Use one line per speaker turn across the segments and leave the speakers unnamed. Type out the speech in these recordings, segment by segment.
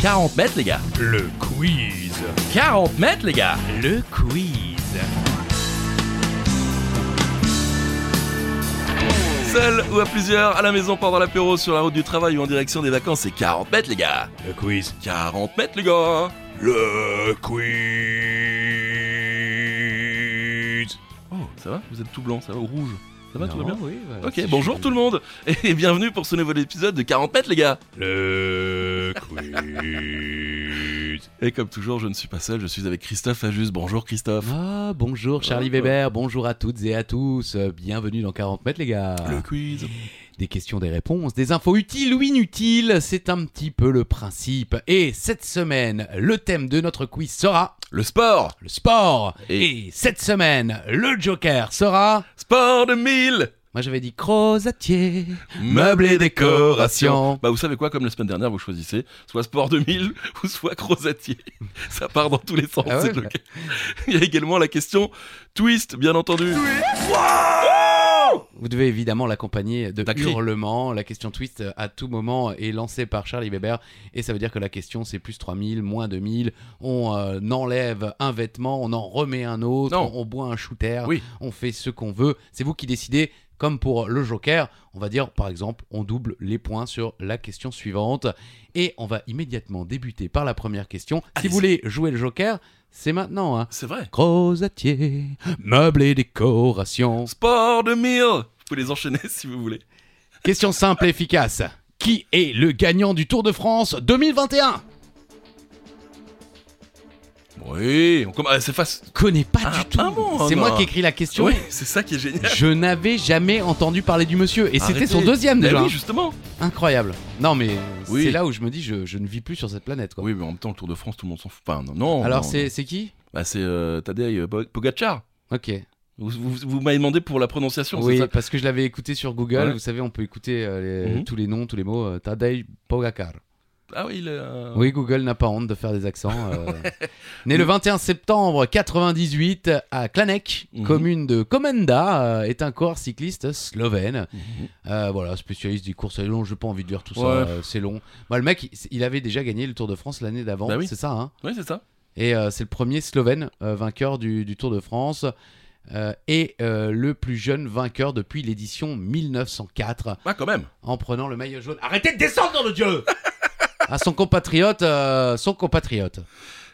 40 mètres, les gars.
Le quiz.
40 mètres, les gars.
Le quiz.
Seul ou à plusieurs, à la maison pendant l'apéro, sur la route du travail ou en direction des vacances, c'est 40 mètres, les gars.
Le quiz.
40 mètres, les gars.
Le quiz.
Oh, ça va Vous êtes tout blanc, ça va Ou rouge Ça va, tout va
Non,
bien
oui, bah,
Ok,
si
bonjour
je-
tout le monde et bienvenue pour ce nouvel épisode de 40 mètres, les gars.
Le quiz.
Et comme toujours, je ne suis pas seul, je suis avec Christophe Ajus. Bonjour Christophe.
Ah, bonjour Charlie
Ah.
Weber, bonjour à toutes et à tous, euh, bienvenue dans 40 mètres les gars.
Le quiz.
Des questions, des réponses, des infos utiles ou inutiles, c'est un petit peu le principe. Et cette semaine, le thème de notre quiz sera
Le sport.
le sport.
Et-
Et, cette semaine, le Joker sera...
Sport de mille.
Moi j'avais dit crosatier,
Meubles et décorations.
décorations.
Bah vous savez quoi, comme la semaine dernière, vous choisissez soit Sport 2000 ou soit Crozatier. Ça part dans tous les sens.
Ah ouais,
c'est le
bah.
cas. Il y a également la question twist, bien entendu.
Vous devez évidemment l'accompagner de
T'as crié.
hurlements. La question twist euh, à tout moment est lancée par Charlie Weber. Et ça veut dire que la question c'est plus 3000, moins 2000. On euh, enlève un vêtement, on en remet un autre,
Non.
on, on boit un shooter,
Oui.
on fait ce qu'on veut. C'est vous qui décidez. Comme pour le Joker, on va dire par exemple, on double les points sur la question suivante. Et on va immédiatement débuter par la première question.
Allez-y.
Si vous voulez jouer le Joker, c'est maintenant. Hein.
C'est vrai.
Crozatier, meubles et décorations.
Sport 2000. Vous pouvez les enchaîner si vous voulez.
Question simple et efficace. Qui est le gagnant du Tour de France 2021
Oui, on commence. ah, c'est facile.
Connais pas
Ah,
du tout.
ah bon,
c'est
non.
moi qui écris la question.
Oui, c'est ça qui est génial.
Je n'avais jamais entendu parler du monsieur et c'était
Arrêtez.
son deuxième
Eh
déjà.
oui, justement.
Incroyable. Non mais
Oui.
c'est là où je me dis je, je ne vis plus sur cette planète quoi.
Oui, mais en même temps, le Tour de France, tout le monde s'en fout. Enfin, non, non.
Alors
Oh, non.
c'est c'est qui
Bah, c'est euh, Tadej euh, Pogacar.
Ok.
Vous, vous- vous m'avez demandé pour la prononciation, c'est
Oui
ça
parce que je l'avais écouté sur Google.
Ouais.
Vous savez on peut écouter euh, les-
Mhm.
tous les noms tous les mots. euh, Tadej Pogacar.
Ah oui, il est, euh,
Oui, Google n'a pas honte de faire des accents. euh. Né le 21 septembre 98 à Klanek,
Mhm.
commune de Komenda, euh, est un corps cycliste slovène.
Mhm.
Euh, voilà, spécialiste du course à long, je n'ai pas envie de dire tout
Ouais.
ça, euh, c'est long. Bah, le mec, il- il avait déjà gagné le Tour de France l'année d'avant,
Bah oui.
c'est ça hein
Oui, c'est ça.
et euh, c'est le premier Slovène euh, vainqueur du, du Tour de France euh, et euh, le plus jeune vainqueur depuis l'édition 1904
Ah, quand même.
en prenant le maillot jaune. Arrêtez de descendre, dans le Dieu À son compatriote, euh, son compatriote.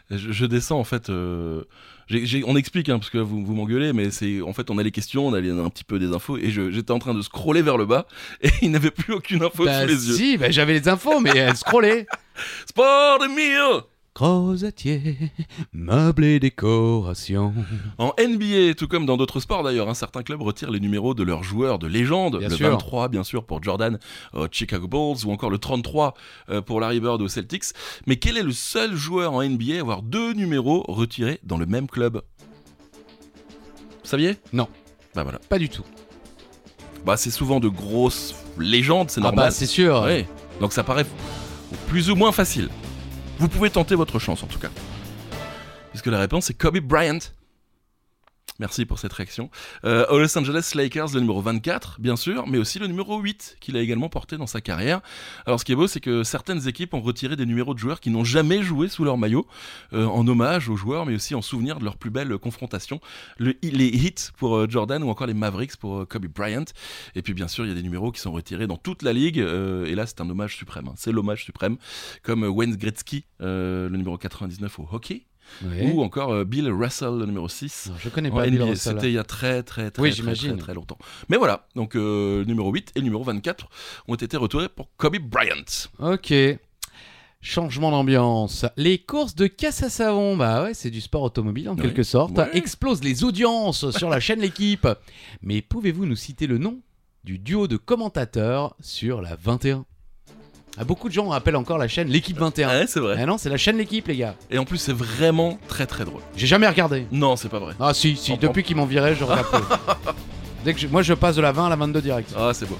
Je, je descends en fait. euh, j'ai- j'ai- on explique hein, parce que vous, vous m'engueulez, mais c'est en fait on a les questions, on a les- un petit peu des infos, et je- j'étais en train de scroller vers le bas et il n'avait plus aucune info
Bah
sous les yeux.
si, bah, j'avais les infos, mais euh, elle scrollait.
Sport de mire
Crozatier, meubles et décorations.
En NBA, tout comme dans d'autres sports d'ailleurs, hein, certains clubs retirent les numéros de leurs joueurs de légende.
Bien
le
sûr.
23, bien sûr, pour Jordan aux Chicago Bulls, ou encore le 33 euh, pour Larry Bird aux Celtics. Mais quel est le seul joueur en NBA à avoir deux numéros retirés dans le même club Vous saviez
Non.
Bah voilà.
Pas du tout.
Bah, c'est souvent de grosses légendes, c'est
Ah
normal.
bah c'est sûr.
Ouais. Donc ça paraît plus ou moins facile. Vous pouvez tenter votre chance en tout cas. Puisque la réponse est Kobe Bryant. Merci pour cette réaction. Euh, aux Los Angeles Lakers, le numéro 24, bien sûr, mais aussi le numéro 8, qu'il a également porté dans sa carrière. Alors ce qui est beau, c'est que certaines équipes ont retiré des numéros de joueurs qui n'ont jamais joué sous leur maillot, euh, en hommage aux joueurs, mais aussi en souvenir de leurs plus belles confrontations. Le- les Hits pour euh, Jordan ou encore les Mavericks pour euh, Kobe Bryant. Et puis bien sûr, il y a des numéros qui sont retirés dans toute la ligue. euh, et là, c'est un hommage suprême. hein. C'est l'hommage suprême. Comme euh, Wayne Gretzky, euh, le numéro 99 au hockey.
Ouais.
Ou encore euh, Bill Russell, le numéro 6.
Non, je connais
En
pas Bill
NBA,
Russell.
c'était il y a très très très,
Oui,
très, très,
j'imagine.
très longtemps. Mais voilà, donc euh, le numéro 8 et le numéro 24 ont été retirés pour Kobe Bryant.
Ok. Changement d'ambiance. Les courses de casse à savon, bah ouais, c'est du sport automobile en
Ouais.
quelque sorte,
Ouais.
explosent les audiences sur la chaîne L'équipe. Mais pouvez-vous nous citer le nom du duo de commentateurs sur la 21 Ah, Beaucoup de gens appellent encore la chaîne L'équipe 21.
Ouais, c'est vrai.
Ah non, c'est la chaîne L'équipe, les gars.
Et en plus, c'est vraiment très très drôle.
J'ai jamais regardé.
Non, c'est pas vrai.
Ah si, si,
Oh,
depuis qu'ils m'ont viré, je regarde plus. Dès que je- moi je passe de la 20 à la 22 direct.
Ah, c'est beau.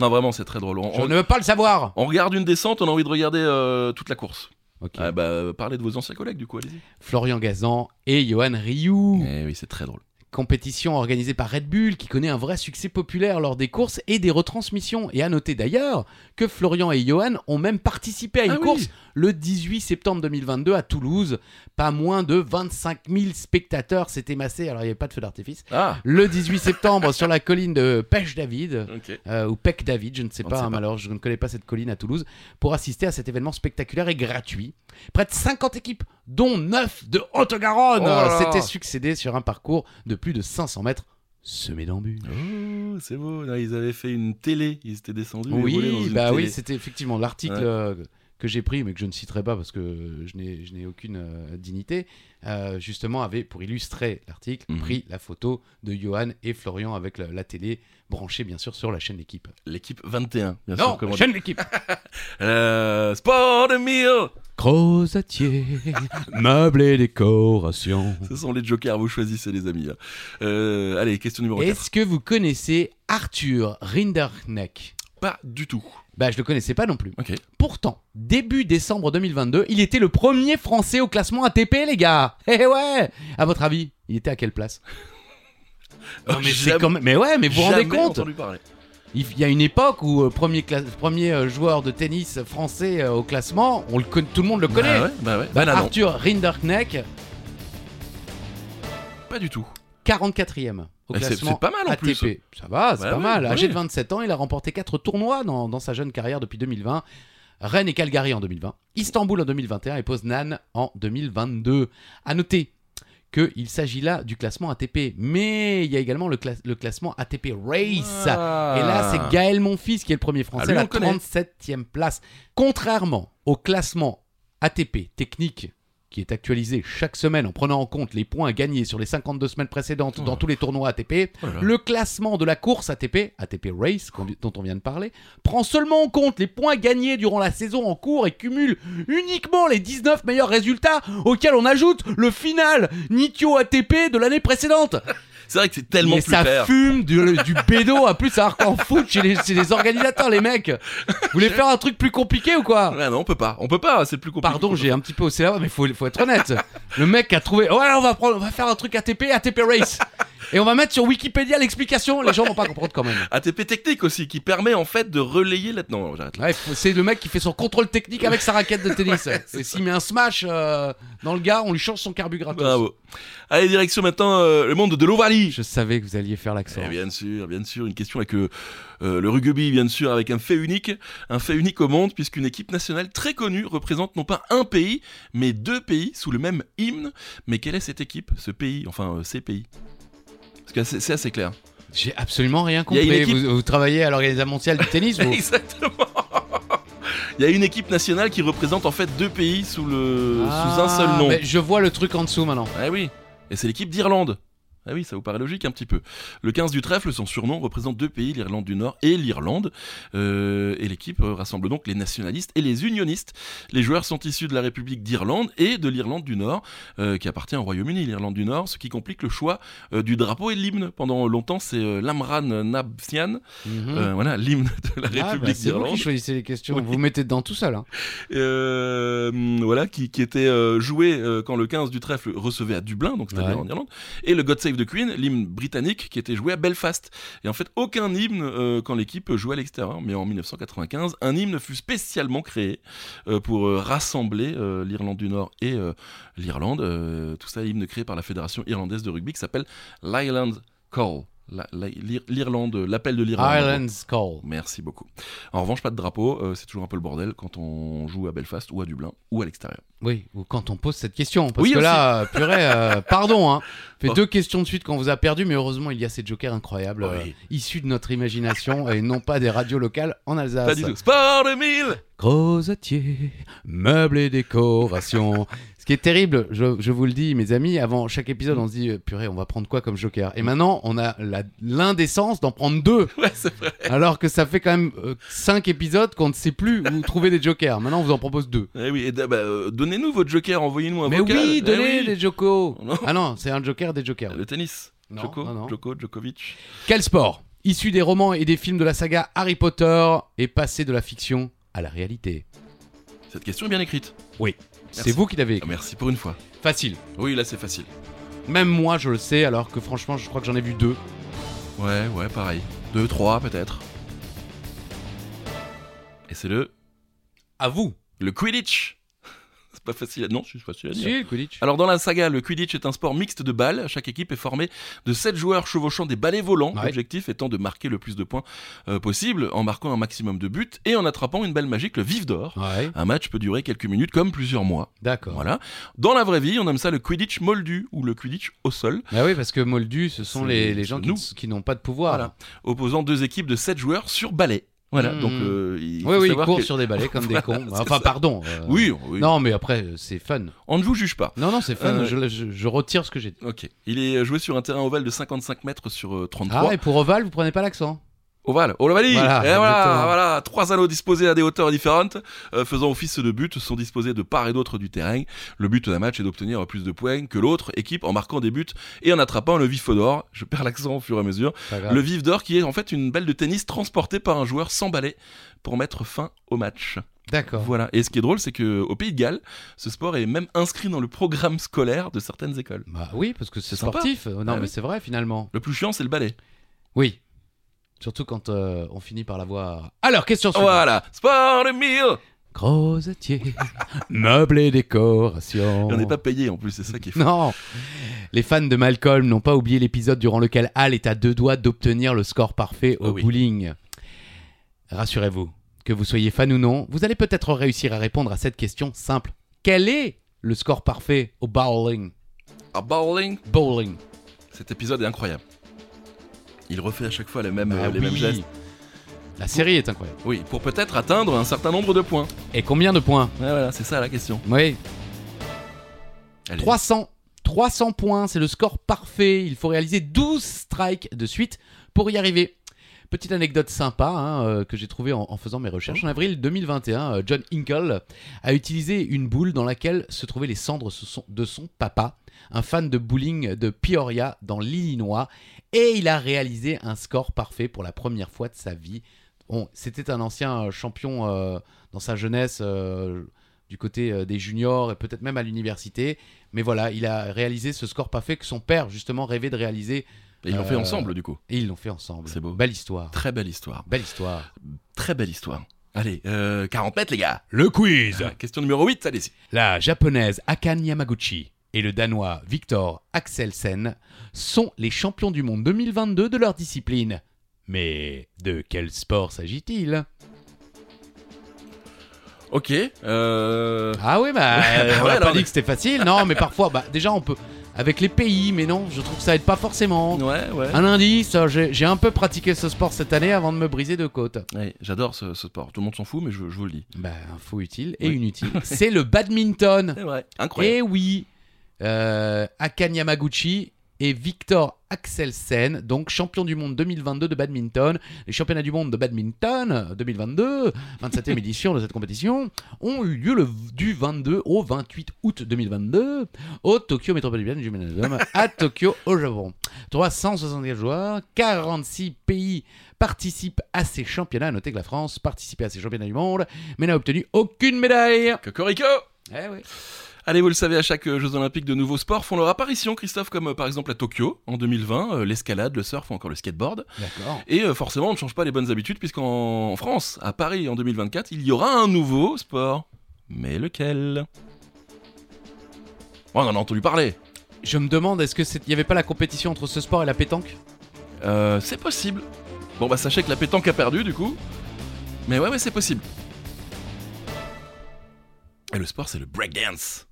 Non, vraiment, c'est très drôle. On,
Je
on-
ne veux pas le savoir.
on regarde une descente, on a envie de regarder euh, toute la course.
Ok.
Ah, bah, euh, parlez de vos anciens collègues du coup, allez-y.
Florian Gazan et Johan Rioux.
Eh oui, c'est très drôle.
compétition organisée par Red Bull qui connaît un vrai succès populaire lors des courses et des retransmissions. Et à noter d'ailleurs que Florian et Johan ont même participé à une
Ah oui.
course le 18 septembre 2022 à Toulouse. Pas moins de 25 000 spectateurs s'étaient massés. Alors il n'y avait pas de feu d'artifice.
Ah,
Le 18 septembre sur la colline de Pêche David.
ok.
euh, ou Pec David, je ne sais
On
pas,
ne sait
hein,
pas.
alors je ne connais pas cette colline à Toulouse, pour assister à cet événement spectaculaire et gratuit. Près de 50 équipes, dont 9 de Haute-Garonne,
Oh là là.
s'étaient succédées sur un parcours de plus de 500 mètres semé d'embûches.
Oh, c'est beau. Là, ils avaient fait une télé. Ils étaient descendus. et roulés dans
Oui,
une
bah
télé.
oui, c'était effectivement l'article
Ouais.
euh, que j'ai pris, mais que je ne citerai pas parce que je n'ai, je n'ai aucune euh, dignité, euh, justement avait, pour illustrer l'article,
Mhm.
pris la photo de Johan et Florian avec la, la télé, branchée bien sûr sur la chaîne d'équipe.
L'équipe 21. Bien sûr,
Non,
comment
la
dire.
chaîne d'équipe
Euh, Sport de mille.
Crozatier, meubles et décorations.
Ce sont les jokers. Vous choisissez, les amis. hein. Euh, allez, question numéro 4.
Est-ce que vous connaissez Arthur Rinderknecht
Pas du tout.
Bah, je le connaissais pas non plus.
Ok.
Pourtant, début décembre 2022, il était le premier Français au classement ATP, les gars. Eh ouais. À votre avis, il était à quelle place Non, mais, c'est
Jamais-
quand même- mais ouais, mais vous vous rendez
jamais
compte
entendu parler.
Il il y a une époque où euh, premier, cla- premier euh, joueur de tennis français euh, au classement, on le conna- tout le monde le connaît.
Bah ouais, bah ouais. Bah là, non.
Arthur Rinderknecht,
Pas du tout.
44e ah, au
Eh, c'est-
classement
C'est pas mal en
ATP.
plus. Bah
Ça va, c'est
Ouais,
pas
ouais,
mal. Âgé
ouais.
de 27 ans, il a remporté 4 tournois dans, dans sa jeune carrière depuis 2020. Rennes et Calgary en 2020, Istanbul en 2021 et Poznan en 2022. À noter qu'il s'agit là du classement ATP, mais il y a également le, cla- le classement ATP Race. Et là, c'est Gaël Monfils qui est le premier
Ah,
français
lui, on
à la
le connaît.
37e place. Contrairement au classement ATP technique qui est actualisé chaque semaine en prenant en compte les points gagnés sur les 52 semaines précédentes dans tous les tournois ATP,
Oh là là.
le classement de la course ATP, ATP Race qu'on- dont on vient de parler, prend seulement en compte les points gagnés durant la saison en cours et cumule uniquement les 19 meilleurs résultats auxquels on ajoute le final Nitio ATP de l'année précédente.
C'est vrai que c'est tellement
Mais
plus
ça
clair.
fume du, du bédo à plus à en foot chez les, chez les organisateurs, les mecs. Vous voulez faire un truc plus compliqué ou quoi
Ouais, non, on peut pas. On peut pas. C'est plus compliqué.
Pardon, j'ai un petit peu au cerveau, mais faut, faut être honnête. Le mec a trouvé. Ouais, on va, prendre, on va faire un truc ATP, ATP Race. Et on va mettre sur Wikipédia l'explication. Les gens vont pas comprendre quand même.
ATP technique aussi, qui permet en fait de relayer là. Non, non, j'arrête là.
Ouais, faut- c'est le mec qui fait son contrôle technique avec sa raquette de tennis.
c'est
Et s'il met un smash euh, dans le gars, on lui change son carburateur.
Bravo. Allez, direction maintenant euh, le monde de l'Ovalie.
Je savais que vous alliez faire l'accent.
Eh bien sûr, bien sûr, une question avec le, euh, le rugby, bien sûr, avec un fait unique, un fait unique au monde, puisqu'une équipe nationale très connue représente non pas un pays, mais deux pays sous le même hymne. Mais quelle est cette équipe, ce pays, enfin euh, ces pays Parce que c'est c'est assez clair.
J'ai absolument rien
Il y a une
compris.
équipe-
Vous, vous travaillez à l'organisation mondiale du tennis, vous
Exactement. Il y a une équipe nationale qui représente en fait deux pays sous le sous un seul
Ah,
nom.
mais je vois le truc en dessous maintenant.
Ah oui, et c'est l'équipe d'Irlande. Ah oui, ça vous paraît logique un petit peu. Le 15 du trèfle, son surnom représente deux pays, l'Irlande du Nord et l'Irlande. Euh, et l'équipe euh, rassemble donc les nationalistes et les unionistes. Les joueurs sont issus de la République d'Irlande et de l'Irlande du Nord, euh, qui appartient au Royaume-Uni, l'Irlande du Nord, ce qui complique le choix euh, du drapeau et de l'hymne. Pendant longtemps, c'est euh, l'Amran Nabsian,
Mhm.
euh, voilà, l'hymne de la
Ah, bah,
République
c'est vous
d'Irlande.
qui choisissez les questions.
Oui.
Vous mettez dedans tout seul. hein.
Euh, voilà, qui, qui était euh, joué euh, quand le 15 du trèfle recevait à Dublin, donc c'est-à-dire
Ouais.
en Irlande, et le God Save the Queen, l'hymne britannique, qui était joué à Belfast. Et en fait, aucun hymne euh, quand l'équipe jouait à l'extérieur. Mais en 1995, un hymne fut spécialement créé euh, pour euh, rassembler euh, l'Irlande du Nord et euh, l'Irlande. Euh, tout ça, hymne créé par la Fédération irlandaise de rugby qui s'appelle l'Ireland Call. La- la- l'Ir- L'Irlande, l'appel de l'Irlande.
Ireland's Call.
Merci beaucoup. En revanche, pas de drapeau, euh, c'est toujours un peu le bordel quand on joue à Belfast ou à Dublin ou à l'extérieur.
Oui, ou quand on pose cette question. Parce
Oui,
que
aussi.
là, euh, purée, euh, pardon. Hein. Fait
Oh.
deux questions de suite qu'on vous a perdu, mais heureusement, il y a ces jokers incroyables euh,
Oui.
issus de notre imagination et non pas des radios locales en Alsace.
Pas du tout. Sport 2000
Rosetier, meubles et décorations. Ce qui est terrible, je, je vous le dis, mes amis, avant chaque épisode, on se dit, euh, purée, on va prendre quoi comme joker Et maintenant, on a la- l'indécence d'en prendre deux,
Ouais, c'est vrai.
alors que ça fait quand même euh, cinq épisodes qu'on ne sait plus où trouver des jokers. Maintenant, on vous en propose deux.
Eh oui, et d- bah, euh, donnez-nous votre joker, envoyez-nous un
Mais
vocal.
oui,
Eh
donnez
oui.
des jokos
Non. Ah,
Ah non, c'est un joker des jokers.
Le tennis.
Non,
Joko,
non, non.
Joko, Djokovic.
Quel sport, issu des romans et des films de la saga Harry Potter, est passé de la fiction à la réalité
Cette question est bien écrite.
C'est vous qui l'avez écrit.
Merci pour une fois.
Facile.
Oui, là c'est facile.
Même moi, je le sais, alors que franchement, je crois que j'en ai vu deux.
Ouais, ouais, pareil. Deux, trois peut-être. Et c'est le.
À vous
Le Quidditch C'est pas facile à... Non, c'est facile à dire.
Si, le Quidditch.
Alors dans la saga, le Quidditch est un sport mixte de balles. Chaque équipe est formée de 7 joueurs chevauchant des balais volants.
Ouais.
L'objectif étant de marquer le plus de points euh, possible en marquant un maximum de buts et en attrapant une balle magique, le vif d'or.
Ouais,
Un match peut durer quelques minutes comme plusieurs mois.
d'accord.
Voilà. Dans la vraie vie, on nomme ça le Quidditch moldu ou le Quidditch au sol,
Bah oui, parce que Moldu, ce sont
C'est-
les, les gens
nous.
qui, qui n'ont pas de pouvoir.
Voilà. opposant deux équipes de 7 joueurs sur balai. Voilà,
Mhm.
donc euh, il faut
Oui, oui, ils
savoir
courent
que-
sur des balais comme des cons.
c'est
Enfin,
ça.
pardon. euh,
Oui, oui.
Non, mais après, euh, c'est fun.
on ne vous juge pas.
Non, non, c'est fun.
Euh,
Je, je- je retire ce que j'ai dit.
Ok. Il est joué sur un terrain ovale de 55 mètres sur euh, 33.
Ah, et pour Oval, vous prenez pas l'accent
Ovale, Oh, Olavali
Voilà,
Et Eh, voilà,
exactement.
voilà, trois anneaux disposés à des hauteurs différentes, euh, faisant office de but, sont disposés de part et d'autre du terrain. Le but d'un match est d'obtenir plus de points que l'autre équipe en marquant des buts et en attrapant le vif d'or. Je perds l'accent au fur et à mesure.
Pas grave.
Le vif d'or qui est en fait une balle de tennis transportée par un joueur sans balai pour mettre fin au match.
D'accord.
Voilà. Et ce qui est drôle, c'est que au Pays de Galles, ce sport est même inscrit dans le programme scolaire de certaines écoles.
Bah oui, parce que c'est Bah
C'est sympa.
sportif. Non,
Ah
mais
oui.
c'est vrai finalement.
Le plus chiant, c'est le balai.
Oui. Surtout quand euh, on finit par l'avoir. Alors, question suivante.
Voilà, sport de mille.
Grosetier, meubles et décorations.
Et On n'est pas payé en plus, c'est ça qui est fou.
Oh. Non Les fans de Malcolm n'ont pas oublié l'épisode durant lequel Hal est à deux doigts d'obtenir le score parfait au
Oh oui.
bowling. Rassurez-vous, que vous soyez fan ou non, vous allez peut-être réussir à répondre à cette question simple. Quel est le score parfait au bowling
À Ah, bowling,
Bowling.
Cet épisode est incroyable. Il refait à chaque fois les mêmes,
Bah
euh, les
oui.
mêmes gestes.
La série est incroyable.
Oui, pour peut-être atteindre un certain nombre de points.
Et combien de points
Ouais, voilà, c'est ça la question.
Oui,
Allez.
300. 300 points, c'est le score parfait. Il faut réaliser 12 strikes de suite pour y arriver. Petite anecdote sympa hein, euh, que j'ai trouvée en, en faisant mes recherches. En avril 2021, euh, John Hinkle a utilisé une boule dans laquelle se trouvaient les cendres sous son- de son papa, un fan de bowling de Peoria dans l'Illinois, et il a réalisé un score parfait pour la première fois de sa vie. Bon, C'était un ancien euh, champion euh, dans sa jeunesse euh, du côté euh, des juniors et peut-être même à l'université. Mais voilà, il a réalisé ce score parfait que son père justement rêvait de réaliser.
Et ils l'ont fait
Euh,
ensemble du coup.
Et ils l'ont fait ensemble.
C'est beau.
Belle histoire.
Très belle histoire.
Belle histoire.
Très belle histoire. Allez, euh, 40 mètres les gars.
Le quiz.
Question numéro 8, allez-y.
La japonaise Akan Yamaguchi et le danois Victor Axelsen sont les champions du monde 2022 de leur discipline. Mais de quel sport s'agit-il
Ok. Euh...
Ah oui, bah, euh, on
Ouais,
a pas
alors-
dit que c'était facile. Non, mais parfois, bah, déjà, on peut. Avec les pays, mais non, je trouve que ça aide pas forcément.
Ouais, ouais.
Un indice, euh, j'ai j'ai un peu pratiqué ce sport cette année avant de me briser deux côtes.
Ouais, J'adore ce, ce sport. Tout le monde s'en fout, mais je, je vous le dis.
Bah, info utile et
Oui.
inutile. C'est le badminton.
C'est vrai. Incroyable.
Eh oui. Euh, Akan Yamaguchi et Victor Axelsen, donc champion du monde 2022 de badminton. Les championnats du monde de badminton 2022, 27e édition de cette compétition, ont eu lieu le, du 22 au 28 août 2022 au Tokyo Metropolitan Gymnasium à Tokyo au Japon. 364 joueurs, 46 pays participent à ces championnats. Notez que la France participait à ces championnats du monde, mais n'a obtenu aucune médaille.
Cocorico
Eh oui.
Allez, vous le savez, à chaque euh, Jeux Olympiques, de nouveaux sports font leur apparition, Christophe, comme euh, par exemple à Tokyo en 2020, euh, l'escalade, le surf ou encore le skateboard.
D'accord.
Et euh, forcément, on ne change pas les bonnes habitudes, puisqu'en France, à Paris, en 2024, il y aura un nouveau sport. Mais lequel Oh, On en a entendu parler.
Je me demande, est-ce qu'il n'y avait pas la compétition entre ce sport et la pétanque
Euh, c'est possible. Bon, bah, sachez que la pétanque a perdu, du coup. Mais ouais, ouais, c'est possible. Et le sport, c'est le breakdance.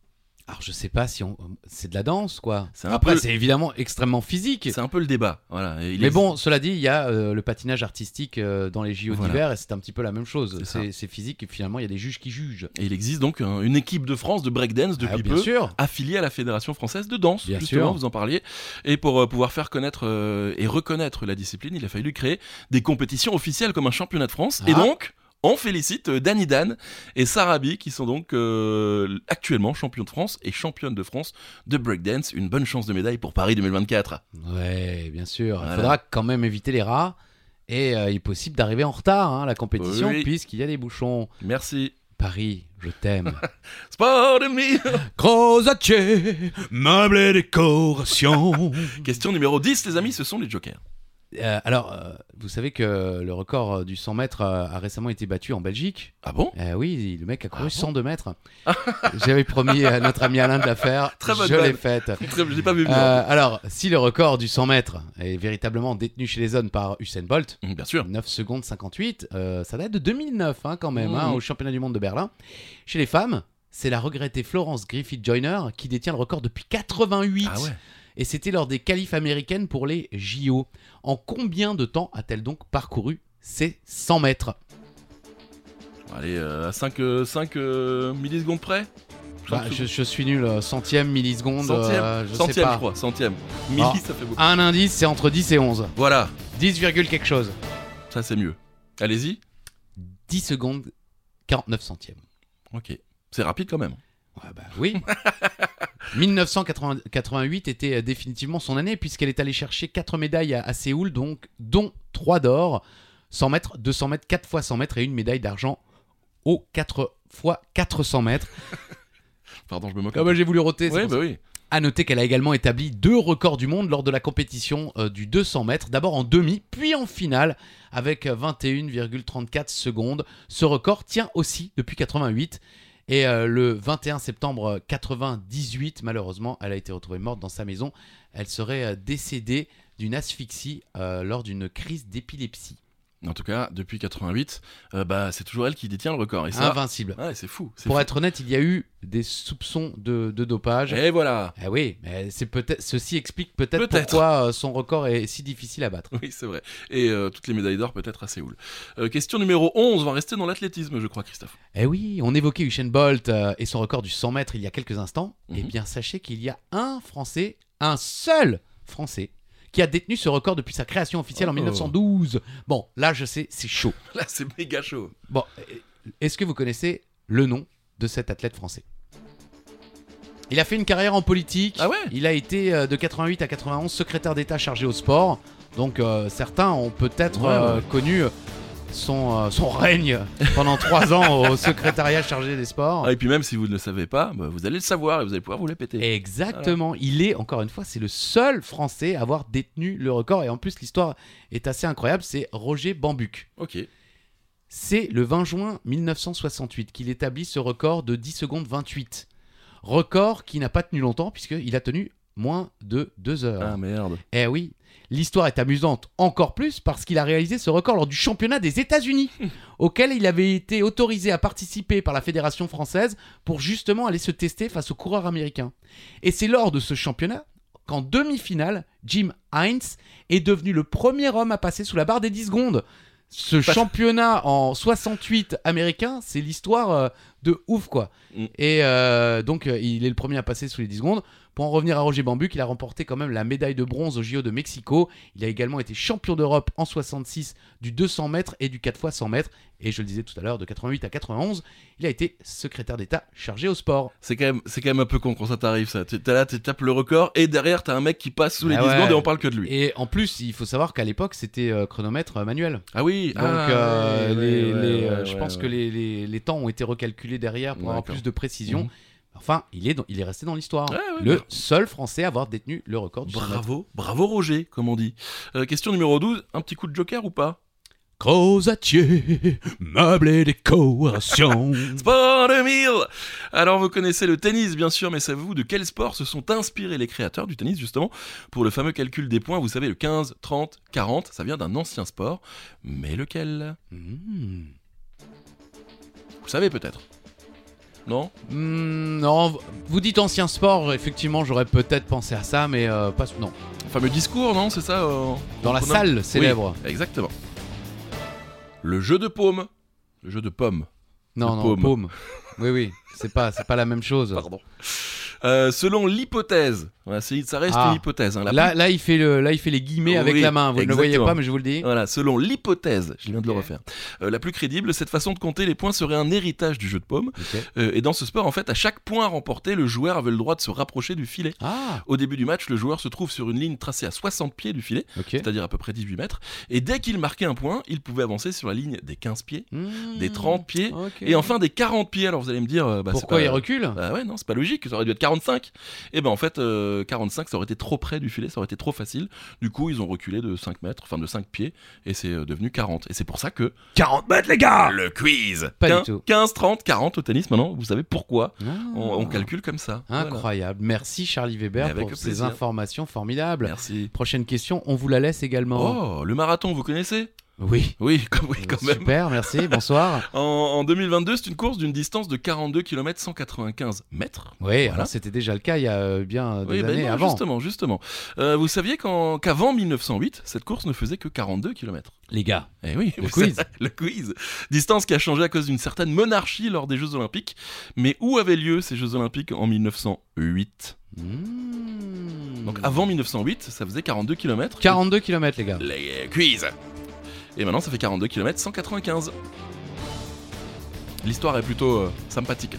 Alors je sais pas si on... C'est de la danse quoi.
C'est un
Après
peu-
c'est évidemment extrêmement physique.
C'est un peu le débat. Voilà. Et il
Mais
est-
bon, cela dit, il y a euh, le patinage artistique euh, dans les JO
Voilà.
d'hiver et c'est un petit peu la même chose.
C'est ça.
C'est c'est physique et finalement il y a des juges qui jugent.
Et il existe donc un- une équipe de France de breakdance depuis
Ah, bien
peu.
sûr.
affilié à la Fédération française de danse,
Bien
justement,
sûr.
vous en parliez. Et pour euh, pouvoir faire connaître euh, et reconnaître la discipline, il a fallu créer des compétitions officielles comme un championnat de France. Et
Ah.
donc, on félicite euh, Danny Dan et Sarabi qui sont donc euh, actuellement champions de France et championnes de France de breakdance. Une bonne chance de médaille pour Paris 2024.
Ouais, bien sûr. Il
Voilà.
faudra quand même éviter les rats. Et euh, il est possible d'arriver en retard hein, à la compétition
Oui.
puisqu'il y a des bouchons.
Merci.
Paris, Je t'aime.
C'est pas de me.
Crozatier, meubles et décorations.
Question numéro 10, les amis, ce sont les jokers.
Euh, alors, euh, vous savez que le record euh, du 100 mètres euh, a récemment été battu en Belgique.
Ah bon
Euh, oui, le mec a couru
Ah bon
102 mètres. J'avais promis à notre ami Alain de la faire.
Très bonne
Je l'ai
vanne.
faite.
Très- Je l'ai pas vu venir.
Euh, alors, si le record du 100 mètres est véritablement détenu chez les hommes par Usain Bolt,
Mmh, Bien sûr.
9 secondes 58, euh, ça date de 2009 hein, quand même, hein,
Mhm.
au championnat du monde de Berlin. Chez les femmes, c'est la regrettée Florence Griffith Joyner qui détient le record depuis 88.
Ah ouais.
Et c'était lors des qualifs américaines pour les JO. En combien de temps a-t-elle donc parcouru ces 100 mètres
Allez, euh, à 5, millisecondes près
Bah, je, je suis nul, euh, centième, milliseconde,
Centième,
euh, je sais
Centième,
pas.
je crois. Centième. Milli,
Ah.
ça fait beaucoup.
Un indice, c'est entre 10 et 11.
Voilà,
10, virgule quelque chose.
ça c'est mieux. Allez-y.
10 secondes 49 centièmes.
Ok. C'est rapide quand même.
Ouais, bah oui. 1988 était euh, définitivement son année puisqu'elle est allée chercher 4 médailles à, à Séoul, donc, dont 3 d'or, 100 mètres, 200 mètres, 4 fois 100 mètres et une médaille d'argent aux 4 fois 400 mètres.
Pardon, je me moque.
Ah bah, j'ai voulu roter. c'est
oui,
pour
bah oui.
À noter qu'elle a également établi deux records du monde lors de la compétition euh, du 200 mètres, d'abord en demi, puis en finale, avec euh, 21,34 secondes. Ce record tient aussi depuis 88. Et euh, le 21 septembre 98, malheureusement, elle a été retrouvée morte dans sa maison. Elle serait euh, décédée d'une asphyxie euh, lors d'une crise d'épilepsie.
En tout cas, depuis 88, euh, bah, c'est toujours elle qui détient le record. Et ça,
Invincible.
ouais, c'est fou. c'est
Ah, Pour
fou.
être honnête, il y a eu des soupçons de, de dopage.
Et voilà.
Ah oui, mais c'est peut-être ceci explique peut-être
Peut-être.
pourquoi euh, son record est si difficile à battre.
Oui, c'est vrai. Et euh, toutes les médailles d'or peut-être à Séoul. Euh, question numéro 11, on va rester dans l'athlétisme, je crois, Christophe.
Eh oui, on évoquait Usain Bolt euh, et son record du 100 mètres il y a quelques instants.
Mhm.
Eh bien, sachez qu'il y a un Français, un seul Français, qui a détenu ce record depuis sa création officielle en
Oh.
1912. Bon, là, je sais, c'est chaud.
Là, c'est méga chaud.
Bon, euh, est-ce que vous connaissez le nom de cet athlète français Il a fait une carrière en politique.
Ah ouais
Il a été euh, de 88 à 91 secrétaire d'État chargé au sport. Donc euh, certains ont peut-être
Ouais, ouais.
euh, connu son, euh, son règne pendant trois ans au secrétariat chargé des sports.
Ah, et puis même si vous ne le savez pas, bah, vous allez le savoir et vous allez pouvoir vous les péter.
Exactement. Il est, encore une fois, c'est le seul Français à avoir détenu le record. Et en plus, l'histoire est assez incroyable. C'est Roger Bambuc.
Ok.
C'est le 20 juin 1968 qu'il établit ce record de 10 secondes 28. Record qui n'a pas tenu longtemps puisqu'il a tenu moins de 2 heures.
Ah merde.
Eh oui, l'histoire est amusante encore plus parce qu'il a réalisé ce record lors du championnat des États-Unis, auquel il avait été autorisé à participer par la Fédération française pour justement aller se tester face aux coureurs américains. Et c'est lors de ce championnat qu'en demi-finale, Jim Hines est devenu le premier homme à passer sous la barre des 10 secondes. Ce
Pas-
championnat en 68 américain, c'est l'histoire euh, de ouf quoi.
Mm.
Et euh, donc euh, il est le premier à passer sous les 10 secondes. Pour en revenir à Roger Bambuc, il a remporté quand même la médaille de bronze au JO de Mexico. Il a également été champion d'Europe en 66 du 200 mètres et du 4 x 100 mètres. Et je le disais tout à l'heure, de 88 à 91, il a été secrétaire d'État chargé au sport.
C'est quand, même, c'est quand même un peu con quand ça t'arrive, ça. T'es t'es là, tu tapes le record et derrière, t'as un mec qui passe sous les
Ah
10
ouais.
secondes et on parle que de lui.
Et en plus, il faut savoir qu'à l'époque, c'était euh, chronomètre euh, manuel.
Ah oui,
Donc,
ah,
euh,
ouais,
les-
ouais,
les,
ouais,
euh, je
ouais,
pense
ouais.
que les, les- les temps ont été recalculés derrière pour avoir
D'accord.
plus de précision.
Mhm.
Enfin, il est, dans- il est resté dans l'histoire.
Ouais, Ah ouais,
le
bien.
seul Français à avoir détenu le record du 100 mètres.
Bravo, bravo Roger, comme on dit. Euh, question numéro 12, un petit coup de joker ou pas
Crozatier, meubles et décorations.
Mm.
Sport 2000 Alors vous connaissez le tennis bien sûr, mais savez-vous de quel sport se sont inspirés les créateurs du tennis justement pour le fameux calcul des points Vous savez le 15, 30, 40, ça vient d'un ancien sport, mais lequel
Mhm.
Vous savez peut-être Non
Hmm, non, v- vous dites ancien sport, effectivement, j'aurais peut-être pensé à ça, mais euh, pas non.
Le fameux discours, non C'est ça euh,
Dans la
qu'on a-
salle célèbre.
Exactement. Le jeu de paume. Le jeu de pomme,
Non,
Le
non,
paume.
paume. Oui, oui, c'est pas, c'est pas la même chose.
pardon. Euh, selon l'hypothèse, voilà, c'est- ça reste
Ah.
une hypothèse. hein, la
Là, là, il fait le, là, il fait les guillemets avec
Oui,
la main. Vous ne le voyez
exactement. Ah.
pas, mais je vous le dis.
Voilà, selon l'hypothèse, je viens de le
Ok.
refaire, euh, la plus crédible, cette façon de compter les points serait un héritage du jeu de paume.
Ok.
Euh, et dans ce sport, en fait, à chaque point remporté, le joueur avait le droit de se rapprocher du filet.
Ah,
Au début du match, le joueur se trouve sur une ligne tracée à 60 pieds du filet,
ok.
c'est-à-dire à peu près 18 mètres, et dès qu'il marquait un point, il pouvait avancer sur la ligne des 15 pieds,
Mmh.
des 30 pieds,
Ok.
et enfin des 40 pieds. Alors vous allez me dire, euh, bah, c'est
Pourquoi
pas-
il recule
bah ouais, non, c'est pas logique, ça aurait dû être 45. Et ben en fait, euh, 45, ça aurait été trop près du filet, ça aurait été trop facile. Du coup, ils ont reculé de 5 mètres, enfin de 5 pieds, et c'est euh, devenu 40. Et c'est pour ça que.
40 mètres, les gars
Le quiz
Pas du
15,
tout.
15, 30, 40 au tennis maintenant, vous savez pourquoi on, on
Ah.
calcule comme ça. Voilà.
Incroyable. Merci Charlie
Mais
Weber
avec
pour ces
plaisir.
informations formidables.
Merci.
Prochaine question, on vous la laisse également.
Oh, le marathon, vous connaissez
Oui.
Oui, comme- oui, quand même.
Oh, Super, merci, bonsoir.
En, en 2022, c'est une course d'une distance de 42 km 195 mètres.
Oui, alors c'était déjà le cas il y a euh, bien euh, des
Oui, ben
années
non,
avant.
justement, justement. Euh, vous saviez qu'en- qu'avant 1908, cette course ne faisait que 42 km.
Les gars,
Eh oui,
Le
vous
quiz.
savez, le quiz. Distance qui a changé à cause d'une certaine monarchie lors des Jeux Olympiques. Mais où avaient lieu ces Jeux Olympiques en 1908
Mmh.
Donc avant 1908, ça faisait 42 km.
42 km, les gars.
Les quiz. Et maintenant, ça fait 42 km 195. L'histoire est plutôt euh, sympathique.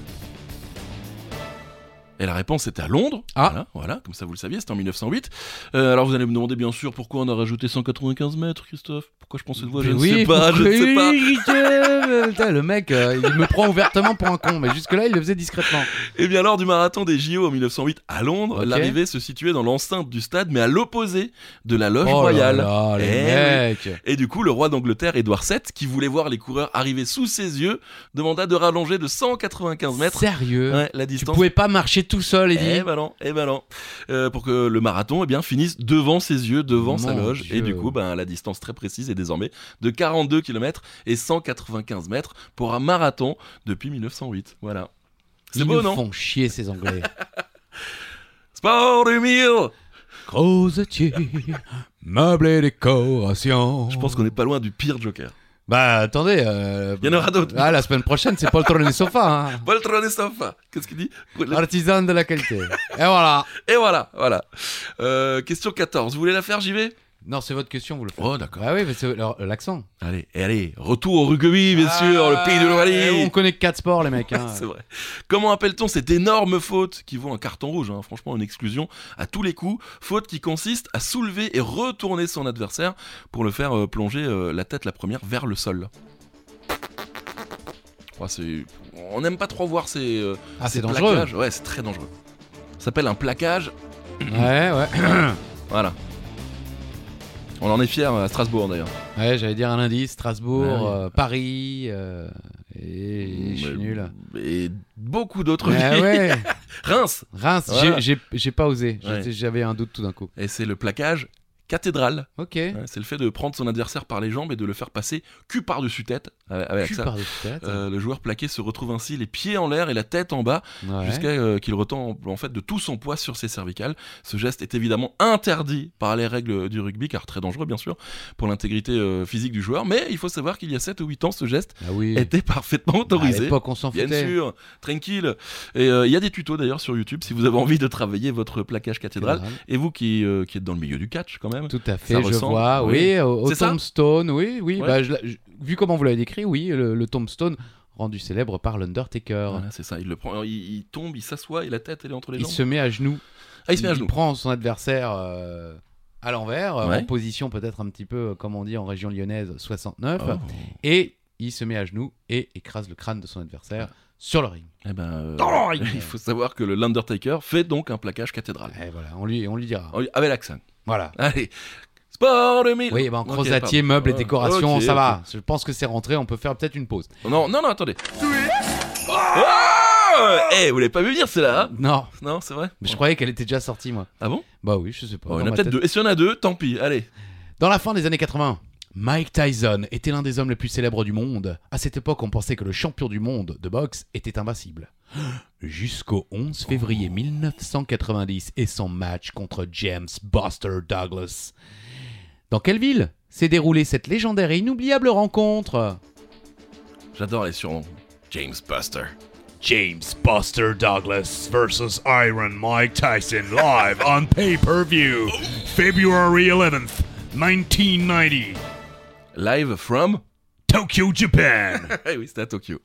Et la réponse était à Londres.
Ah.
Voilà, voilà, comme ça vous le saviez, c'était en 1908. Euh, alors vous allez me demander bien sûr pourquoi on a rajouté 195 mètres, Christophe. Pourquoi je pense cette voix Je
Mais
ne
oui,
sais pas, je ne
oui,
sais pas.
oui, je- Putain, le mec, euh, il me prend ouvertement pour un con, mais jusque-là, il le faisait discrètement.
Et Eh bien lors du marathon des JO en 1908 à Londres,
Ok.
l'arrivée se situait dans l'enceinte du stade, mais à l'opposé de la loge
oh
royale.
là là, le
Eh
mec.
Et du coup, le roi d'Angleterre, Édouard VII, qui voulait voir les coureurs arriver sous ses yeux, demanda de rallonger de 195 mètres
Sérieux
ouais, la
Tu
distance.
pouvais pas marcher tout seul, Eddie
Eh ben non, eh ben non. Euh, pour que le marathon eh bien, finisse devant ses yeux, devant sa
Mon
loge.
Dieu.
Et du coup, ben, la distance très précise est désormais de 42 km et 195 mètres pour un marathon depuis 1908. Voilà. C'est
Ils
beau,
nous
non
font chier, ces Anglais.
Sport du mille
Rosetier, meublé décoration.
Je
Oh.
pense qu'on n'est pas loin du pire Joker.
bah, attendez. euh,
Il y en aura d'autres.
Ah, la semaine prochaine, c'est Paul Trône des Sofas. hein.
Poltron et Sofa. Qu'est-ce qu'il dit
Artisan de la qualité. Et voilà.
Et voilà, voilà. Euh, question 14. Vous voulez la faire, j'y vais
Non, c'est votre question, vous le faites.
Oh, d'accord.
Ah oui, mais c'est alors, euh, l'accent.
Allez, et allez, retour au rugby, bien sûr, le pays de
Eh, On
l'Ovalie.
connaît que quatre sports, les mecs. hein.
C'est vrai. Comment appelle-t-on cette énorme faute qui vaut un carton rouge, hein, franchement une exclusion à tous les coups, faute qui consiste à soulever et retourner son adversaire pour le faire euh, plonger euh, la tête la première vers le sol Oh, c'est- On n'aime pas trop voir ces, euh,
Ah, c'est
ces
dangereux.
plaquages. Ouais, c'est très dangereux. Ça s'appelle un plaquage
Ouais, ouais.
Voilà. On en est fiers à Strasbourg d'ailleurs.
Ouais, j'allais dire un indice Strasbourg,
Ouais, ouais.
euh, Paris. euh, et je suis
Ah Mmh, Mais-
nul.
Et beaucoup d'autres
Ouais,
villes.
ouais.
Reims
Reims,
Voilà.
j'ai- j'ai- j'ai pas osé. J'étais-
Ouais.
J'avais un doute tout d'un coup.
Et c'est le plaquage cathédrale.
Ok.
Ouais, C'est le fait de prendre son adversaire par les jambes et de le faire passer cul par-dessus tête. euh, Avec
Cul
ça.
par-dessus tête.
Euh, le joueur plaqué se retrouve ainsi les pieds en l'air et la tête en bas
Ouais.
jusqu'à euh, qu'il retombe en fait de tout son poids sur ses cervicales. Ce geste est évidemment interdit par les règles du rugby car très dangereux bien sûr pour l'intégrité euh, physique du joueur. Mais il faut savoir qu'il y a 7 ou 8 ans ce geste
Ah oui.
était parfaitement
À
autorisé.
l'époque, on s'en
Bien
foutait.
sûr, tranquille. Et euh, il y a des tutos d'ailleurs sur YouTube si vous avez envie de travailler votre plaquage cathédrale. Et vous qui, euh, qui êtes dans le milieu du catch quand même.
Tout à fait,
Ça
je
ressemble,
vois. Oui,
oui.
au, au
C'est ça
tombstone, oui, oui.
Ouais.
bah, je la- je- vu comment vous l'avez décrit, oui, le, le tombstone rendu célèbre par l'Undertaker.
Voilà, c'est ça. Il le prend, il, il tombe, il s'assoit et la tête elle est entre les
Il
jambes.
se met à genoux.
Ah, il se met à genoux.
prend son adversaire euh, à l'envers, euh,
Ouais.
en position peut-être un petit peu, euh, comme on dit en région lyonnaise, 69.
Oh.
Et il se met à genoux et écrase le crâne de son adversaire sur le ring.
Eh ben, euh,
Oh,
il faut savoir que le l'Undertaker fait donc un plaquage cathédrale.
Et voilà, on lui, on lui dira.
Oh, Avec l'accent.
Voilà.
Allez, sport 2000.
Oui, ben, en
Ok,
crosatier, meubles et
Ouais.
décorations,
Ok,
ça
ok.
va. Je pense que c'est rentré, on peut faire peut-être une pause.
Non, non, non, attendez. Oh Eh, vous l'avez pas vu venir celle-là hein
Non,
Non, c'est vrai
mais je croyais qu'elle était déjà sortie, moi.
Ah bon
Bah oui, je sais pas.
Oh, Il y
Dans
en a
ma
peut-être
tête-
deux. Et s'il y en a deux, tant pis. Allez.
Dans la fin des années 80, Mike Tyson était l'un des hommes les plus célèbres du monde. À cette époque, on pensait que le champion du monde de boxe était invincible. Jusqu'au 11 février 1990 et son match contre James Buster Douglas. Dans quelle ville s'est déroulée cette légendaire et inoubliable rencontre
J'adore les surnoms. James Buster.
James Buster Douglas versus Iron Mike Tyson live on pay per view, February 11th, 1990,
Live from.
Tokyo, Japan.
Eh oui, c'était à Tokyo.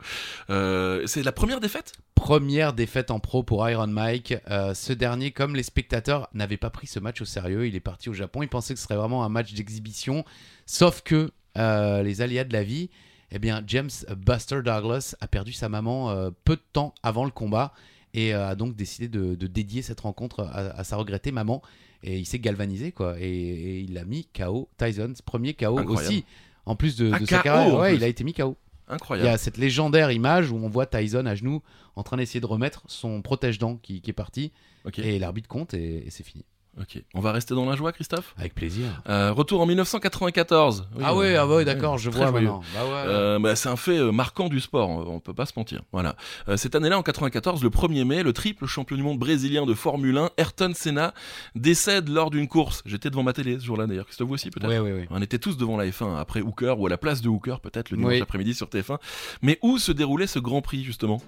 Euh, c'est la première défaite
Première défaite en pro pour Iron Mike. Euh, ce dernier, comme les spectateurs, n'avait pas pris ce match au sérieux. Il est parti au Japon. Il pensait que ce serait vraiment un match d'exhibition. Sauf que euh, les aléas de la vie, eh bien, James Buster Douglas a perdu sa maman euh, peu de temps avant le combat et euh, a donc décidé de, de dédier cette rencontre à, à sa regrettée maman. Et il s'est galvanisé, quoi. Et, et il a mis KO Tyson, ce premier KO
Incroyable.
aussi. En plus de,
Ah,
de sa
KO,
carrière,
en
Ouais,
plus.
il a été mis KO. Il y
Incroyable.
a cette légendaire image où on voit Tyson à genoux en train d'essayer de remettre son protège-dent qui, qui est parti
Ok,
et l'arbitre compte et, et c'est fini.
ok. On va rester dans la joie, Christophe
Avec plaisir.
Euh, Retour en 1994. Oui,
ah ouais,
euh,
ah ouais, d'accord, je
très
vois
joyeux.
maintenant. Bah ouais.
Euh, bah, c'est un fait euh, marquant du sport, on on peut pas se mentir. Voilà. Euh, cette année-là, en 94, le 1er mai, le triple champion du monde brésilien de Formule 1, Ayrton Senna, décède lors d'une course. J'étais devant ma télé ce jour-là d'ailleurs. Christophe, vous aussi peut-être
ouais, ouais, ouais.
ben, On était tous devant la F1 après Hooker ou à la place de Hooker peut-être le dimanche
Oui.
après-midi sur TF1. Mais où se déroulait ce Grand Prix justement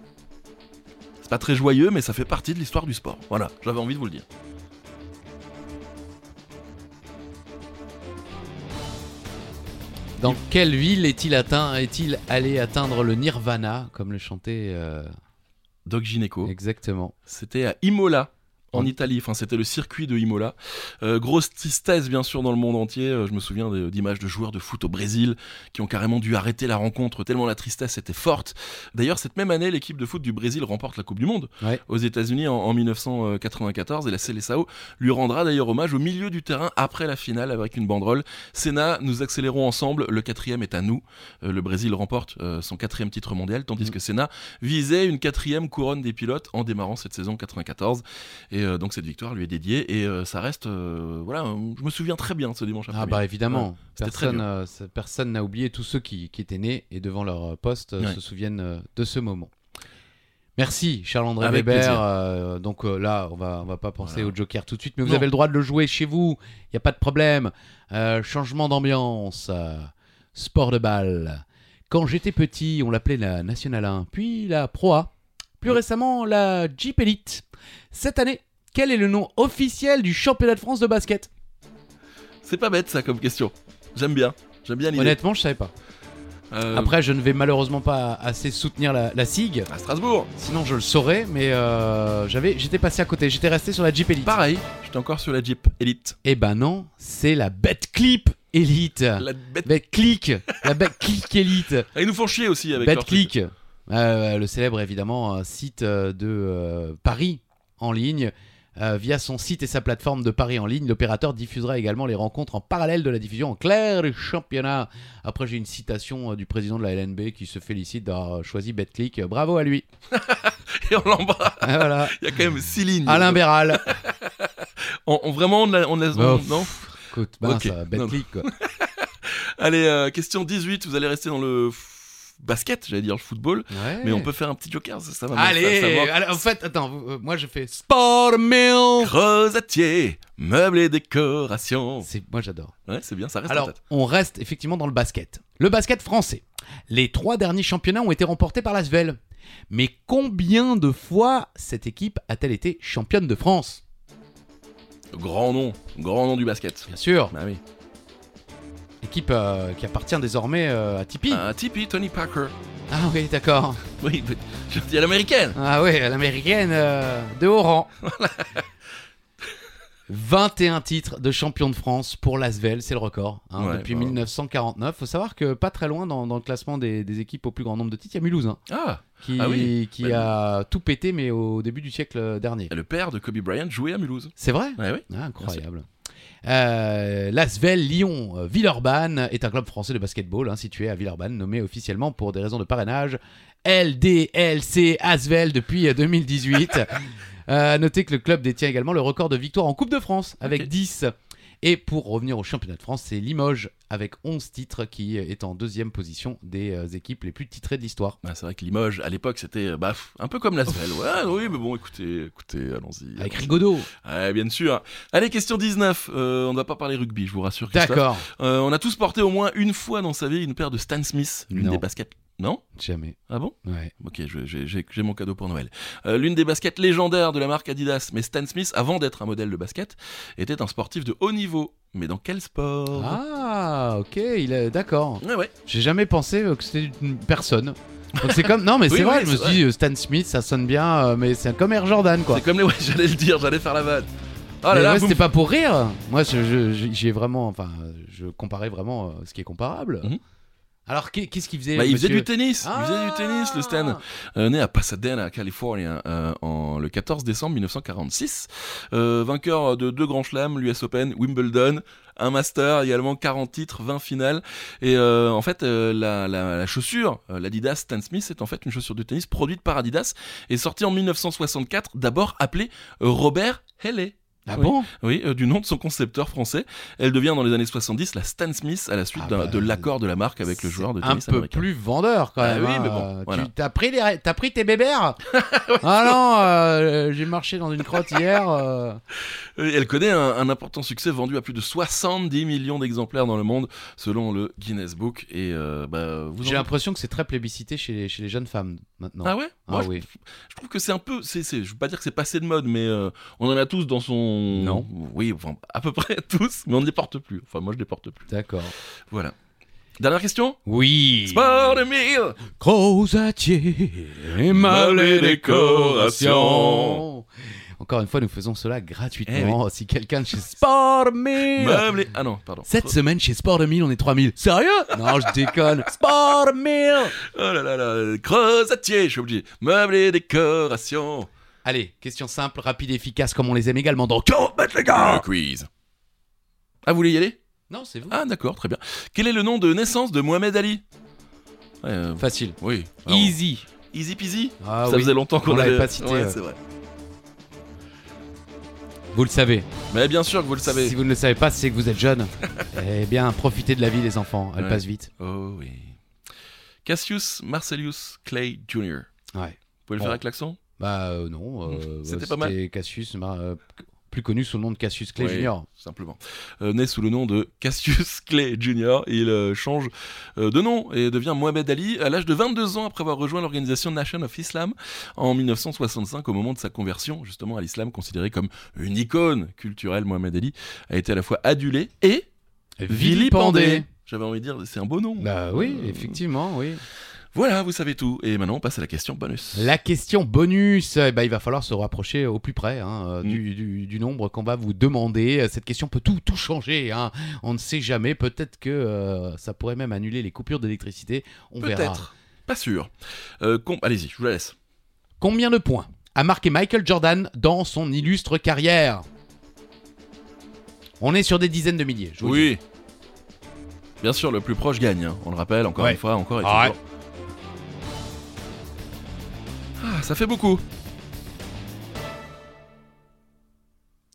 C'est pas très joyeux, mais ça fait partie de l'histoire du sport. Voilà, j'avais envie de vous le dire.
Dans quelle ville est-il atteint Est-il allé atteindre le Nirvana, comme le chantait euh,
Doc Gineco,
exactement
c'était à Imola. En Italie, enfin c'était le circuit de Imola. Euh, grosse tristesse bien sûr dans le monde entier. Euh, je me souviens de- d'images de joueurs de foot au Brésil qui ont carrément dû arrêter la rencontre tellement la tristesse était forte. D'ailleurs cette même année l'équipe de foot du Brésil remporte la Coupe du Monde
Ouais.
aux États-Unis en, en 1994 et la Célessao lui rendra d'ailleurs hommage au milieu du terrain après la finale avec une banderole. Sénat, nous accélérons ensemble, le quatrième est à nous. Euh, le Brésil remporte euh, son quatrième titre mondial tandis
Mm.
que Sénat visait une quatrième couronne des pilotes en démarrant cette saison 94. Et euh, donc cette victoire lui est dédiée et euh, ça reste... euh, voilà, euh, je me souviens très bien de ce dimanche après
Ah bah évidemment,
C'était très
personne
dur.
euh, ça- personne n'a oublié, tous ceux qui, qui étaient nés et devant leur euh, poste euh,
Ouais.
se souviennent euh, de ce moment. Merci Charles-André
Avec
Weber.
plaisir.
euh, donc euh, là, on va, on va pas penser
Voilà.
au Joker tout de suite, mais vous
Non.
avez le droit de le jouer chez vous, il n'y a pas de problème. Euh, changement d'ambiance, euh, sport de balle. Quand j'étais petit, on l'appelait la National 1, puis la Pro A, plus récemment la Jeep Elite. Cette année, quel est le nom officiel du championnat de France de basket
C'est pas bête ça comme question. J'aime bien. J'aime bien l'idée.
Honnêtement, je savais pas.
Euh,
Après, je ne vais malheureusement pas assez soutenir la, la SIG,
à Strasbourg.
sinon je le saurais, mais euh, j'avais, j'étais passé à côté, j'étais resté sur la Jeep Elite.
Pareil, j'étais encore sur la Jeep Elite.
Eh ben non, c'est la Betclip Elite.
La bête...
Betclic, la Betclic Elite.
Ah, ils nous font chier aussi avec leur truc.
Betclic, euh, le célèbre évidemment euh, site euh, de euh, Paris en ligne. Euh, via son site et sa plateforme de Paris en ligne, l'opérateur diffusera également les rencontres en parallèle de la diffusion en clair du championnat. Après, j'ai une citation euh, du président de la LNB qui se félicite d'avoir choisi Betclic. Euh, Bravo à lui.
Et on l'embrasse.
Ah, voilà.
Il y a quand même six lignes.
Alain Béral.
On, on- vraiment, on l'a. on l'a-
Bon,
on- non
Écoute, ben,
Ok.
ça, Betclic, quoi.
Allez, euh, question 18. Vous allez rester dans le f- basket, j'allais dire le football.
Ouais.
Mais on peut faire un petit joker, ça, ça va.
Allez,
ça- ça va.
allez, en fait, attends, vous- euh, moi je fais Sport Mill.
Rosatier, meubles et décorations.
C'est, moi j'adore.
Ouais, c'est bien, ça reste en
Alors,
tête.
on reste effectivement dans le basket. Le basket français. Les trois derniers championnats ont été remportés par l'Asvel. Mais combien de fois cette équipe a-t-elle été championne de France
Grand nom, grand nom du basket.
Bien sûr,
Bah oui.
équipe euh, qui appartient désormais euh, à Tipeee.
Ah, Tipeee, Tony Parker.
Ah oui, d'accord.
Oui, mais- je dis à l'américaine.
Ah oui, l'américaine euh, de haut rang. 21 titres de champion de France pour l'Asvel, c'est le record. hein,
Ouais,
depuis
bah ouais.
1949, faut savoir que pas très loin dans, dans le classement des, des équipes au plus grand nombre de titres, il y a Mulhouse. hein.
Ah,
qui,
Ah oui.
qui
Ouais.
a tout pété, mais au début du siècle euh, dernier.
le père de Kobe Bryant jouait à Mulhouse.
C'est vrai
Ouais, oui.
Ah, Incroyable. Euh, L'Asvel Lyon euh, Villeurbanne est un club français de basketball hein, situé à Villeurbanne, nommé officiellement pour des raisons de parrainage LDLC Asvel depuis euh, 2018. Euh, notez que le club détient également le record de victoires en Coupe de France avec
Ok.
10. Et pour revenir au championnat de France, c'est Limoges avec 11 titres qui est en deuxième position des euh, équipes les plus titrées de l'histoire.
Ah, c'est vrai que Limoges, à l'époque, c'était euh, bah, pff, un peu comme la Svel. Ouais, oui, mais bon, écoutez, écoutez, allons-y.
Avec Rigaudot.
Ouais, bien sûr. Allez, question 19. Euh, on ne va pas parler rugby, je vous rassure. Christophe.
D'accord.
Euh, on a tous porté au moins une fois dans sa vie une paire de Stan Smith, l'une
Non.
des baskets. Non
Jamais.
Ah bon
Ouais.
Ok, je- j'ai- j'ai j'ai mon cadeau pour Noël. Euh, L'une des baskets légendaires de la marque Adidas, mais Stan Smith, avant d'être un modèle de basket, était un sportif de haut niveau. Mais dans quel sport
Ah, ok, il est d'accord.
Ouais, ouais.
J'ai jamais pensé euh, que c'était une personne. Donc c'est comme. Non, mais
Oui,
c'est vrai,
oui,
je me
c'est
suis dit, euh, Stan Smith, ça sonne bien, euh, mais c'est comme Air Jordan, quoi.
C'est comme les. Ouais, j'allais le dire, j'allais faire la vanne. Ah
mais
là là,
ouais,
vous me-
c'était pas pour rire. Moi, je- je- je- j'ai vraiment. Enfin, je comparais vraiment euh, ce qui est comparable.
Mhm.
Alors, qu'est- qu'est-ce qu'il faisait
Bah, il faisait
monsieur
du tennis, il faisait du tennis, le Stan.
Ah
Euh, né à Pasadena, Californie, hein, euh, en, le 14 décembre 1946. Euh, vainqueur de deux grands slams, l'US Open, Wimbledon, un master, également 40 titres, 20 finales. Et euh, en fait, euh, la, la- la chaussure, euh, l'Adidas Stan Smith, est en fait une chaussure de tennis produite par Adidas et sortie en 1964, d'abord appelée euh, Robert Helley.
Ah
Oui.
bon
Oui, euh, du nom de son concepteur français. Elle devient dans les années 70 la Stan Smith à la suite
Ah
d'un-
bah,
de l'accord de la marque avec le
C'est
joueur de
Un
tennis
peu
américain.
plus vendeur quand
Ah
même.
oui,
hein.
mais bon,
Tu-
voilà.
T'as pris, les... t'as pris tes bébères Ah non, euh, j'ai marché dans une crotte hier. euh.
Euh, Elle connaît un, un important succès vendu à plus de 70 millions d'exemplaires dans le monde, selon le Guinness Book. Et euh, bah, vous en
J'ai
doutez-
l'impression que c'est très plébiscité chez les, chez les jeunes femmes maintenant.
Ah ouais
Ah
Moi, je-
oui.
je, trouve que c'est un peu. c'est c'est- je veux pas dire que c'est passé de mode, mais euh, on en a tous dans son.
Non.
Oui, enfin, à peu près tous, mais on ne les porte plus. Enfin, moi, je ne les porte plus.
D'accord.
Voilà. Dernière question
Oui.
Sport de mille
Crozatier, aimable et décoration.
Encore une fois, nous faisons cela gratuitement. Si quelqu'un de chez
Sport mille.
Meubles et- Ah non, pardon.
Cette semaine chez Sport 2000, on est 3000. Sérieux Non, je déconne. Sport 1000
Oh là là là, Crozatier, je suis obligé. Meubles et décorations.
Allez, question simple, rapide et efficace comme on les aime également dans Go Battle les
Le quiz. Ah, vous voulez y aller
Non, c'est vous.
Ah d'accord, très bien. Quel est le nom de naissance de Mohamed Ali Ouais, euh,
Facile.
Oui. Alors,
Easy.
easy peasy.
Ah
ça
oui,
faisait longtemps qu'on
On l'avait
l'avait
pas cité,
Ouais,
euh.
c'est vrai.
vous le savez.
Mais bien sûr que vous le savez.
Si vous ne le savez pas, c'est que vous êtes jeune. eh bien, profitez de la vie, les enfants. Elle
Ouais.
passe vite.
Oh oui. Cassius Marcellus Clay Jr.
Ouais.
Vous pouvez le
Bon.
faire avec l'accent
Bah euh, non. euh,
C'était pas mal.
Cassius, bah, euh, plus connu sous le nom de Cassius Clay
Ouais.
Jr.
Simplement. Euh, né sous le nom de Cassius Clay Jr., il euh, change euh, de nom et devient Mohamed Ali à l'âge de 22 ans après avoir rejoint l'organisation Nation of Islam en 1965 au moment de sa conversion justement à l'islam considéré comme une icône culturelle. Mohamed Ali a été à la fois adulé et vilipendé. J'avais envie de dire, c'est un beau nom.
Bah oui,
Euh,
effectivement, oui.
Voilà, vous savez tout. Et maintenant, on passe à la question bonus.
La question bonus, eh ben, il va falloir se rapprocher au plus près hein, euh,
Mm.
du, du- du nombre qu'on va vous demander. Cette question peut tout, tout changer. hein. On ne sait jamais. Peut-être que euh, ça pourrait même annuler les coupures d'électricité. On verra.
Peut-être. Pas sûr. Euh, com- Allez-y, je vous la laisse.
Combien de points a marqué Michael Jordan dans son illustre carrière On est sur des dizaines de milliers. Je vous le
Oui.
dis.
Bien sûr, le plus proche gagne. hein. On le rappelle, encore
Ouais.
une fois, encore et
Ah
toujours. Ah, ça fait beaucoup.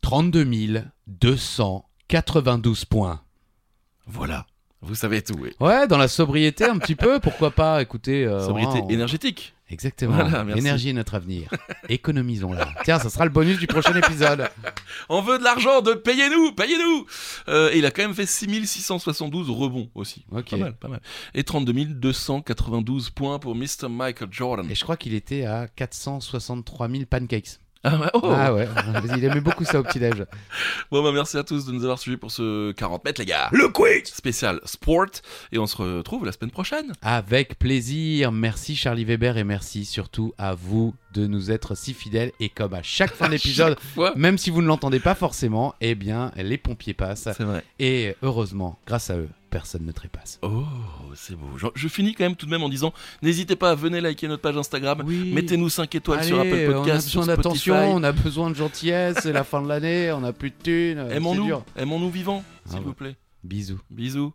32 292 points.
Voilà. Vous savez tout. oui.
Ouais, dans la sobriété un petit peu, pourquoi pas Écoutez, euh,
Sobriété
voilà, on-
énergétique.
Exactement.
Voilà, merci.
Énergie est notre avenir. Économisons-la. Tiens, ça sera le bonus du prochain épisode.
On veut de l'argent, de payez-nous, payez-nous. Euh, et il a quand même fait 6672 rebonds aussi.
Ok.
Pas mal, pas mal. Et 32 292 points pour Mr. Michael Jordan.
Et je crois qu'il était à 463 000 pancakes.
Ah, ouais, oh.
Ah ouais, il aimait beaucoup ça au petit-déj.
Bon, bah, merci à tous de nous avoir suivis pour ce 40 mètres, les gars.
Le quiz.
Spécial sport. Et on se retrouve la semaine prochaine.
Avec plaisir. Merci Charlie Weber et merci surtout à vous de nous être si fidèles. Et comme à chaque fin d'épisode,
fois.
même si vous ne l'entendez pas forcément, eh bien, les pompiers passent.
C'est vrai.
Et heureusement, grâce à eux, personne ne trépasse.
Oh, c'est beau. Je, je finis quand même tout de même en disant n'hésitez pas à venir liker notre page Instagram.
Oui.
Mettez-nous 5 étoiles
Allez,
sur Apple
on a
Podcast, sur
besoin
Spotify.
d'attention, on a besoin de gentillesse, c'est la fin de l'année, on a plus de thunes. c'est
Aimons-nous,
dur.
aimons-nous vivants,
Ah
s'il
ouais.
vous plaît.
Bisous.
Bisous.